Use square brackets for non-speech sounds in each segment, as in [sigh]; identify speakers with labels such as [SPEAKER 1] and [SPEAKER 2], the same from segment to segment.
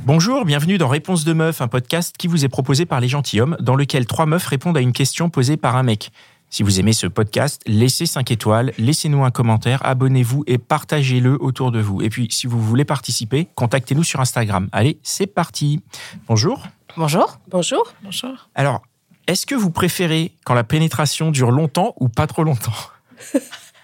[SPEAKER 1] Bonjour, bienvenue dans Réponse de Meuf, un podcast qui vous est proposé par les gentilshommes, dans lequel trois meufs répondent à une question posée par un mec. Si vous aimez ce podcast, laissez 5 étoiles, laissez-nous un commentaire, abonnez-vous et partagez-le autour de vous. Et puis, si vous voulez participer, contactez-nous sur Instagram. Allez, c'est parti. Bonjour.
[SPEAKER 2] Bonjour.
[SPEAKER 3] Bonjour. Bonjour.
[SPEAKER 1] Alors, est-ce que vous préférez quand la pénétration dure longtemps ou pas trop longtemps
[SPEAKER 2] [laughs]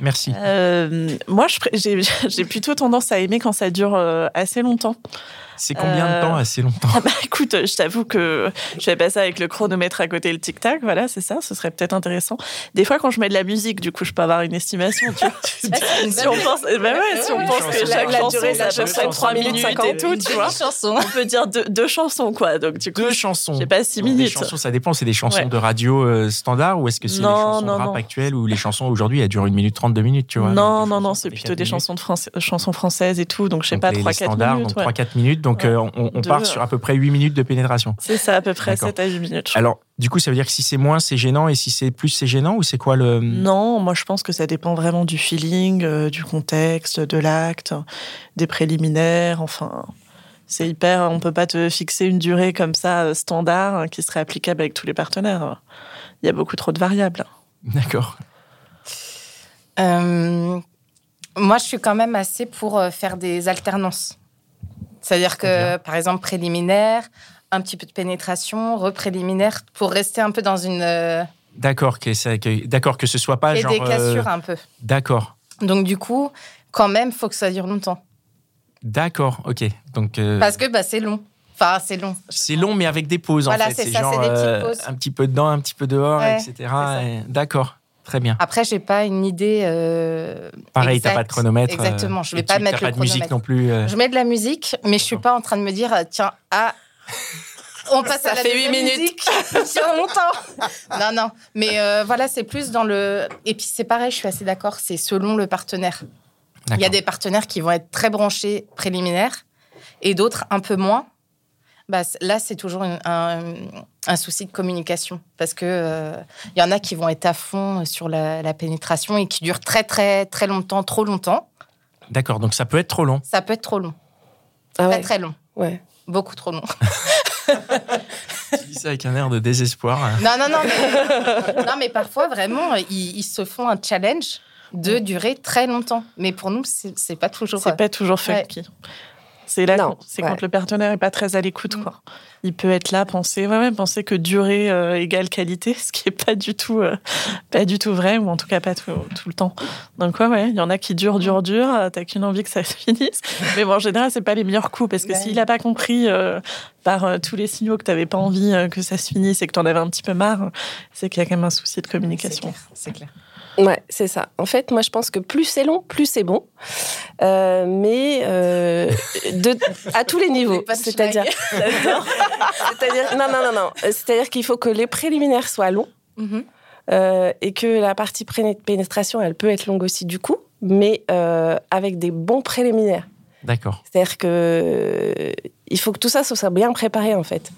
[SPEAKER 1] Merci.
[SPEAKER 3] Euh, moi, je pré- j'ai, [laughs] j'ai plutôt tendance à aimer quand ça dure euh, assez longtemps. [laughs]
[SPEAKER 1] C'est combien de temps assez longtemps
[SPEAKER 3] Ah bah, écoute, je t'avoue que je fais pas ça avec le chronomètre à côté et le tic-tac. Voilà, c'est ça. Ce serait peut-être intéressant. Des fois, quand je mets de la musique, du coup, je peux avoir une estimation. [laughs] Tu vois. si on pense, bah ouais, si on
[SPEAKER 2] Ouais,
[SPEAKER 1] ouais,
[SPEAKER 3] pense que
[SPEAKER 1] ouais.
[SPEAKER 3] chaque
[SPEAKER 1] La- la
[SPEAKER 3] chanson,
[SPEAKER 1] durée de la
[SPEAKER 3] ça peut
[SPEAKER 1] chanson,
[SPEAKER 3] faire 3
[SPEAKER 1] cinq
[SPEAKER 3] minutes
[SPEAKER 1] minutes
[SPEAKER 3] et tout,
[SPEAKER 2] une
[SPEAKER 3] tu vois.
[SPEAKER 2] chanson.
[SPEAKER 3] On peut dire deux, deux chansons, quoi. Donc, du coup,
[SPEAKER 1] Deux
[SPEAKER 3] je-
[SPEAKER 1] chansons.
[SPEAKER 3] je sais pas, six
[SPEAKER 1] Bon, des
[SPEAKER 3] minutes.
[SPEAKER 1] chansons, ça dépend. C'est des chansons
[SPEAKER 3] Ouais.
[SPEAKER 1] de radio euh, standard ou est-ce que c'est des
[SPEAKER 3] Non,
[SPEAKER 1] chansons
[SPEAKER 3] non,
[SPEAKER 1] rap
[SPEAKER 3] non.
[SPEAKER 1] actuelles ou les chansons aujourd'hui, elles durent une minute 32 minutes, tu vois.
[SPEAKER 3] non,
[SPEAKER 1] Donc,
[SPEAKER 3] non,
[SPEAKER 1] des
[SPEAKER 3] non,
[SPEAKER 1] chansons
[SPEAKER 3] c'est
[SPEAKER 1] qui
[SPEAKER 3] plutôt
[SPEAKER 1] fait
[SPEAKER 3] des
[SPEAKER 1] quatre minutes.
[SPEAKER 3] chansons, de France- chansons françaises et tout, donc je sais
[SPEAKER 1] Donc,
[SPEAKER 3] pas,
[SPEAKER 1] les- les
[SPEAKER 3] 3-4
[SPEAKER 1] standards,
[SPEAKER 3] minutes.
[SPEAKER 1] donc
[SPEAKER 3] ouais.
[SPEAKER 1] 3-4 minutes. Donc,
[SPEAKER 3] Ouais.
[SPEAKER 1] euh, on, on
[SPEAKER 3] Deux.
[SPEAKER 1] part sur à peu près 8 minutes de pénétration.
[SPEAKER 3] C'est ça, à peu près
[SPEAKER 1] D'accord.
[SPEAKER 3] 7 à 8 minutes. je
[SPEAKER 1] Alors, du coup, ça veut dire que si c'est moins, c'est gênant et si c'est plus, c'est gênant ou c'est quoi le.
[SPEAKER 3] Non, moi je pense que ça dépend vraiment du feeling, euh, du contexte, de l'acte, des préliminaires, enfin. C'est hyper, on peut pas te fixer une durée comme ça euh, standard hein, qui serait applicable avec tous les partenaires. Il y a beaucoup trop de variables.
[SPEAKER 1] [laughs] D'accord.
[SPEAKER 2] Euh, moi, je suis quand même assez pour euh, faire des alternances. C'est-à-dire que,
[SPEAKER 1] C'est-à-dire
[SPEAKER 2] par exemple, préliminaire, un petit peu de pénétration, repréliminaire, pour rester un peu dans une euh,
[SPEAKER 1] D'accord, que, ça- que- d'accord, que ce soit pas
[SPEAKER 2] et
[SPEAKER 1] Ah, genre.
[SPEAKER 2] des
[SPEAKER 1] euh,
[SPEAKER 2] cassures un peu.
[SPEAKER 1] D'accord.
[SPEAKER 2] Donc, du coup, quand même, faut que ça dure longtemps.
[SPEAKER 1] D'accord, ok. Donc. euh,
[SPEAKER 2] Parce que bah, c'est long. Enfin, c'est long.
[SPEAKER 1] C'est long, mais avec des pauses,
[SPEAKER 2] Voilà,
[SPEAKER 1] en fait. euh,
[SPEAKER 2] c'est ça, c'est des petites pauses.
[SPEAKER 1] un petit peu dedans, un petit peu dehors,
[SPEAKER 2] Ouais,
[SPEAKER 1] etc.
[SPEAKER 2] ça.
[SPEAKER 1] Et- D'accord, très bien.
[SPEAKER 2] Après, j'ai pas une idée. euh,
[SPEAKER 1] Pareil, t'as
[SPEAKER 2] exacte.
[SPEAKER 1] pas de chronomètre. euh,
[SPEAKER 2] Exactement, je vais
[SPEAKER 1] et
[SPEAKER 2] pas
[SPEAKER 1] tu- t'as
[SPEAKER 2] mettre
[SPEAKER 1] pas
[SPEAKER 2] le
[SPEAKER 1] de musique
[SPEAKER 2] chronomètre.
[SPEAKER 1] non plus. euh.
[SPEAKER 2] Je mets de la musique, mais je suis pas en train de me dire euh, tiens,
[SPEAKER 3] [laughs]
[SPEAKER 2] ah, on passe à
[SPEAKER 3] Ça
[SPEAKER 2] la
[SPEAKER 3] fait
[SPEAKER 2] deuxième
[SPEAKER 3] huit minutes.
[SPEAKER 2] musique. [laughs] Tiens, longtemps. Non, non. Mais euh, voilà, c'est plus dans le. Et puis c'est pareil, je suis assez d'accord. C'est selon le partenaire. Il y a
[SPEAKER 1] D'accord.
[SPEAKER 2] des partenaires qui vont être très branchés préliminaires et d'autres un peu moins. Bah, c- là, c'est toujours une- un, un souci de communication parce que euh, il y en a qui vont être à fond sur la- la pénétration et qui durent très très très longtemps, trop longtemps.
[SPEAKER 1] D'accord, donc ça peut être trop long. [laughs]
[SPEAKER 2] Ça peut être trop long,
[SPEAKER 3] Ah
[SPEAKER 2] très très long, beaucoup trop long.
[SPEAKER 1] Tu dis ça avec un air de désespoir.
[SPEAKER 2] Non, non, non, mais,
[SPEAKER 4] [laughs]
[SPEAKER 2] non, mais parfois, vraiment, ils, ils se font un challenge de durer très longtemps. Mais pour nous, c'est c'est pas toujours. euh,
[SPEAKER 3] C'est pas toujours funky. C'est là,
[SPEAKER 4] Non,
[SPEAKER 3] qu'on- c'est quand
[SPEAKER 4] ouais.
[SPEAKER 3] le partenaire est pas très à l'écoute,
[SPEAKER 2] Mm.
[SPEAKER 3] quoi. Il peut être là, penser, ouais, ouais, penser que durée euh, égale qualité, [laughs] ce qui est pas du tout, euh, pas du tout vrai, ou en tout cas pas tout, tout le temps. Donc ouais, ouais, il y en a qui durent,
[SPEAKER 2] Mm.
[SPEAKER 3] durent, durent. euh, T'as qu'une envie que ça [laughs] se finisse. Mais bon, en général, c'est pas les meilleurs coups parce que
[SPEAKER 2] Ouais.
[SPEAKER 3] s'il a pas compris euh, par euh, tous les signaux que t'avais pas envie euh, que ça se finisse et que t'en avais un petit peu marre, c'est qu'il y a quand même un souci de communication.
[SPEAKER 2] C'est clair.
[SPEAKER 4] Ouais, c'est ça. En fait, moi, je pense que plus c'est long, plus c'est bon. Euh, mais euh, de, à tous les niveaux.
[SPEAKER 2] punchlines.
[SPEAKER 4] C'est-à-dire. [laughs] C'est-à-dire- Non, non, non, non. C'est-à-dire qu'il faut que les préliminaires soient longs euh, et que la partie pré- pénétration, elle peut être longue aussi, du coup, mais euh, avec des bons préliminaires.
[SPEAKER 1] D'accord.
[SPEAKER 4] C'est-à-dire que. euh, Il faut que tout ça se soit bien préparé, en fait.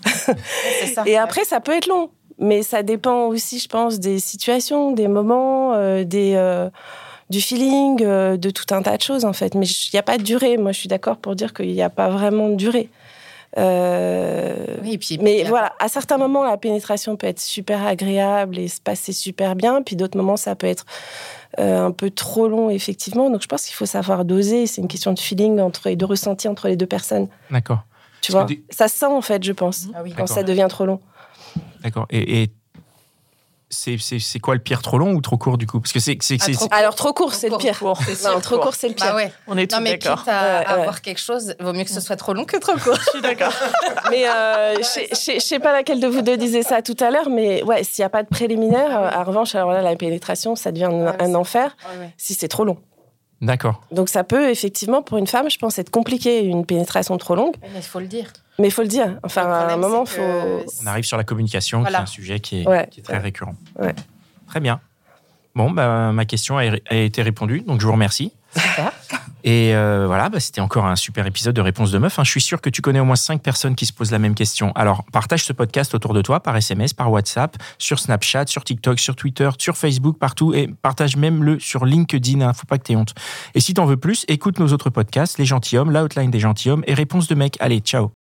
[SPEAKER 2] C'est ça.
[SPEAKER 4] Et après, ça peut être long. Mais ça dépend aussi, je pense, des situations, des moments, euh, des, euh, du feeling, euh, de tout un tas de choses, en fait. Mais il n'y a pas de durée. Moi, je suis d'accord pour dire qu'il n'y a pas vraiment de durée. Euh,
[SPEAKER 2] Oui, et puis,
[SPEAKER 4] mais
[SPEAKER 2] puis,
[SPEAKER 4] voilà, à certains moments, la pénétration peut être super agréable et se passer super bien. Puis d'autres moments, ça peut être euh, un peu trop long, effectivement. Donc, je pense qu'il faut savoir doser. C'est une question de feeling entre, et de ressenti entre les deux personnes.
[SPEAKER 1] D'accord.
[SPEAKER 4] Tu
[SPEAKER 1] Parce
[SPEAKER 4] vois,
[SPEAKER 1] que des- Mhm.
[SPEAKER 4] ça se sent, en fait, je pense,
[SPEAKER 2] Ah oui.
[SPEAKER 4] quand
[SPEAKER 1] D'accord.
[SPEAKER 4] ça devient trop long.
[SPEAKER 1] D'accord. Et, et c'est, c'est- c'est quoi le pire trop long ou trop court du coup Parce que c'est, c'est,
[SPEAKER 2] Ah,
[SPEAKER 1] c'est-
[SPEAKER 2] trop-
[SPEAKER 4] Alors, trop court,
[SPEAKER 2] Trop
[SPEAKER 4] c'est le
[SPEAKER 2] court.
[SPEAKER 4] pire.
[SPEAKER 3] Court, c'est
[SPEAKER 4] Non,
[SPEAKER 3] sûr,
[SPEAKER 4] trop
[SPEAKER 3] court.
[SPEAKER 4] court, c'est le pire.
[SPEAKER 2] Bah ouais.
[SPEAKER 3] On est
[SPEAKER 2] Non,
[SPEAKER 3] tous
[SPEAKER 2] mais quitte à
[SPEAKER 3] d'accord.
[SPEAKER 4] Ouais, ouais.
[SPEAKER 2] avoir quelque chose, vaut mieux que ce soit trop long que trop court.
[SPEAKER 3] Je suis d'accord.
[SPEAKER 4] Mais euh, je sais- je sais je sais pas laquelle de vous deux disait ça tout à l'heure, mais ouais, s'il n'y a pas de préliminaire, euh, en revanche, alors là, la pénétration, ça devient un,
[SPEAKER 2] Ah oui,
[SPEAKER 4] un
[SPEAKER 2] c'est-
[SPEAKER 4] enfer
[SPEAKER 2] Ouais, ouais.
[SPEAKER 4] si c'est trop long.
[SPEAKER 1] D'accord.
[SPEAKER 4] Donc ça peut effectivement, pour une femme, je pense, être compliqué, une pénétration trop longue.
[SPEAKER 2] Mais il faut le dire.
[SPEAKER 4] Mais il faut le dire. Enfin,
[SPEAKER 2] Le
[SPEAKER 4] à un
[SPEAKER 2] problème,
[SPEAKER 4] moment,
[SPEAKER 2] c'est
[SPEAKER 4] faut...
[SPEAKER 2] que
[SPEAKER 1] On arrive sur la communication, qui
[SPEAKER 2] Voilà.
[SPEAKER 1] est un sujet qui est,
[SPEAKER 4] Ouais.
[SPEAKER 1] qui est très récurrent.
[SPEAKER 4] Ouais.
[SPEAKER 1] Très bien. Bon, bah, ma question a, a été répondue, donc je vous remercie.
[SPEAKER 2] Super.
[SPEAKER 1] [laughs] Et euh, voilà, bah, c'était encore un super épisode de Réponse de Meuf. hein. Je suis sûr que tu connais au moins cinq personnes qui se posent la même question. Alors, partage ce podcast autour de toi par SMS, par WhatsApp, sur Snapchat, sur TikTok, sur Twitter, sur Facebook, partout. Et partage même le sur LinkedIn. hein. Faut pas que t'aies honte. Et si t'en veux plus, écoute nos autres podcasts, Les Gentilhommes, La Hotline des Gentilhommes et Réponse de Mec. Allez, ciao.